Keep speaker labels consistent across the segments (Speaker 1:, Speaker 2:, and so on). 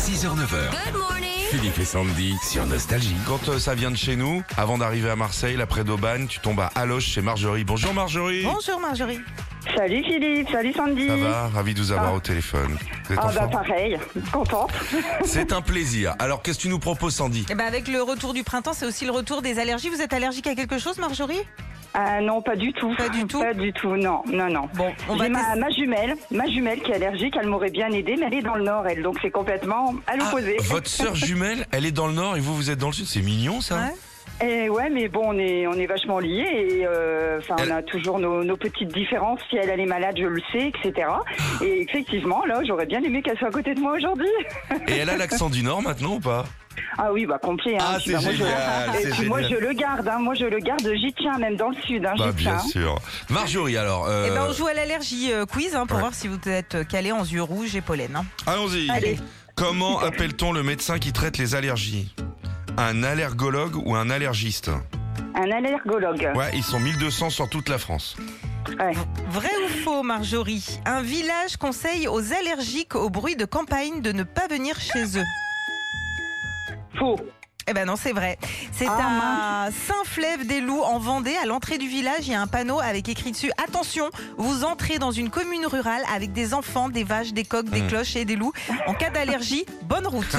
Speaker 1: 6h-9h,
Speaker 2: Good morning.
Speaker 1: Philippe et Sandy sur Nostalgie.
Speaker 3: Quand euh, ça vient de chez nous, avant d'arriver à Marseille, après d'Aubagne, tu tombes à Aloche chez Marjorie. Bonjour Marjorie
Speaker 4: Bonjour Marjorie.
Speaker 5: Salut Philippe, salut Sandy.
Speaker 3: Ça va Ravi de vous avoir au téléphone. Vous êtes
Speaker 5: Ah
Speaker 3: en
Speaker 5: bah
Speaker 3: forme
Speaker 5: pareil, contente.
Speaker 3: C'est un plaisir. Alors qu'est-ce que tu nous proposes Sandy
Speaker 4: Eh ben avec le retour du printemps, c'est aussi le retour des allergies. Vous êtes allergique à quelque chose, Marjorie
Speaker 5: Ah non, pas du tout.
Speaker 4: Pas du tout.
Speaker 5: Pas du tout, non, non, non.
Speaker 4: Bon, on va
Speaker 5: J'ai ma,
Speaker 4: tester.
Speaker 5: ma jumelle, ma jumelle qui est allergique, elle m'aurait bien aidé, mais elle est dans le nord, elle, donc c'est complètement à
Speaker 3: Ah,
Speaker 5: l'opposé.
Speaker 3: Votre sœur jumelle, elle est dans le nord et vous, vous êtes dans le sud. C'est mignon ça
Speaker 4: Ouais.
Speaker 5: Et ouais, mais bon, on est, on est vachement liés et euh, enfin,
Speaker 3: Elle-
Speaker 5: on a toujours nos, nos petites différences. Si elle, elle est malade, je le sais, etc. Et effectivement, là, j'aurais bien aimé qu'elle soit à côté de moi aujourd'hui.
Speaker 3: Et elle a l'accent du nord maintenant ou pas
Speaker 5: Ah oui, bah complet. Hein.
Speaker 3: Ah,
Speaker 5: Puis,
Speaker 3: c'est
Speaker 5: bah, moi, je-
Speaker 3: génial,
Speaker 5: et
Speaker 3: c'est
Speaker 5: puis moi, je
Speaker 3: génial.
Speaker 5: le garde, hein, moi, je le garde, j'y tiens, même dans le sud, hein,
Speaker 3: Bah
Speaker 5: j'y tiens.
Speaker 3: bien sûr. Marjorie alors, euh,
Speaker 4: Eh ben on joue à l'allergie euh, quiz hein, pour voir si vous êtes calé en yeux rouges et pollen. hein.
Speaker 3: allons-y.
Speaker 4: Allez.
Speaker 3: Comment appelle-t-on le médecin qui traite les allergies Un allergologue ou un allergiste
Speaker 5: Un allergologue.
Speaker 3: Ouais, ils sont 1200 sur toute la France.
Speaker 5: Ouais.
Speaker 4: Vrai ou faux, Marjorie Un village conseille aux allergiques au bruit de campagne de ne pas venir chez eux.
Speaker 5: Faux.
Speaker 4: Eh ben non, c'est vrai. C'est
Speaker 5: Ah,
Speaker 4: à Saint-Flève-des-Loups en Vendée. À l'entrée du village, il y a un panneau avec écrit dessus Attention, vous entrez dans une commune rurale avec des enfants, des vaches, des coqs, des
Speaker 3: Mm.
Speaker 4: cloches et des loups. En cas d'allergie, bonne route.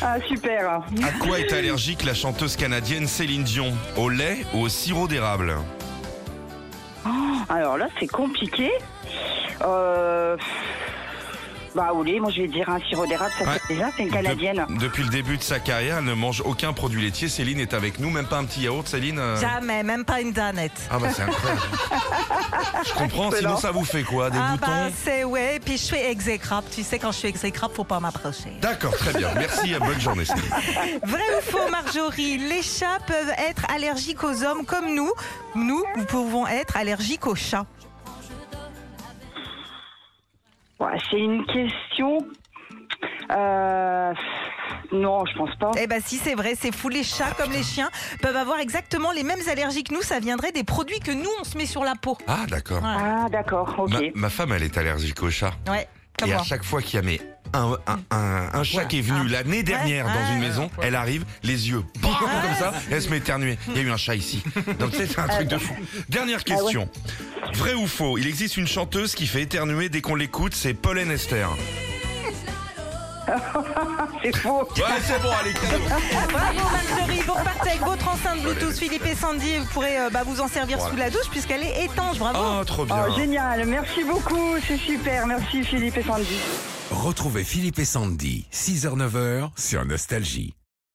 Speaker 5: Ah, super.
Speaker 3: À quoi est allergique la chanteuse canadienne Céline Dion Au lait ou au sirop d'érable
Speaker 5: Alors là, c'est compliqué. Euh... Bah, au lait, moi, je vais dire un sirop d'érable, ça
Speaker 3: Ouais.
Speaker 5: fait déjà, c'est une canadienne.
Speaker 3: De- depuis le début de sa carrière, elle ne mange aucun produit laitier. Céline est avec nous, même pas un petit yaourt, Céline euh,
Speaker 4: Jamais, même pas une danette.
Speaker 3: Ah bah c'est incroyable. Je comprends, sinon
Speaker 5: Excellent.
Speaker 3: ça vous fait quoi Des
Speaker 4: ah
Speaker 3: boutons
Speaker 4: bah c'est ouais, puis je suis exécrable. Tu sais, quand je suis exécrable, faut pas m'approcher.
Speaker 3: D'accord, très bien. Merci et bonne journée. Céline.
Speaker 4: Vrai ou faux, Marjorie Les chats peuvent être allergiques aux hommes comme nous. Nous, nous pouvons être allergiques aux chats.
Speaker 5: Ouais, c'est une question. Euh... Non, je pense pas.
Speaker 4: Eh ben si, c'est vrai, c'est fou. Les chats, comme les chiens, peuvent avoir exactement les mêmes allergies que nous. Ça viendrait des produits que nous, on se met sur la peau.
Speaker 3: Ah d'accord.
Speaker 4: Ouais.
Speaker 5: Ah, d'accord, ok.
Speaker 3: Ma, ma femme, elle est allergique aux chats.
Speaker 4: Ouais,
Speaker 3: Et
Speaker 4: comme
Speaker 3: à
Speaker 4: moi.
Speaker 3: chaque fois qu'il y a mais un, un, un- un chat
Speaker 4: Ouais.
Speaker 3: qui est venu
Speaker 4: Ah.
Speaker 3: l'année dernière
Speaker 4: Ouais.
Speaker 3: dans une
Speaker 4: Ouais.
Speaker 3: maison, elle arrive, les yeux bam, comme ça, et elle se met à éternuer. Il y a eu un chat ici. Donc tu sais, c'est un truc de fou. Dernière question. Vrai ou faux Il existe une chanteuse qui fait éternuer dès qu'on l'écoute, c'est Pauline Esther.
Speaker 5: C'est faux.
Speaker 3: Ouais, c'est bon, allez, cadeau.
Speaker 4: Bravo Marjorie, vous repartez avec votre enceinte Bluetooth Philippe et Sandy et vous pourrez euh, bah, vous en servir
Speaker 3: Voilà.
Speaker 4: sous la douche puisqu'elle est étanche, bravo
Speaker 3: Oh, trop bien.
Speaker 5: Oh, génial, merci beaucoup, c'est super. Merci Philippe et Sandy.
Speaker 1: Retrouvez Philippe et Sandy, 6h-9h sur Nostalgie.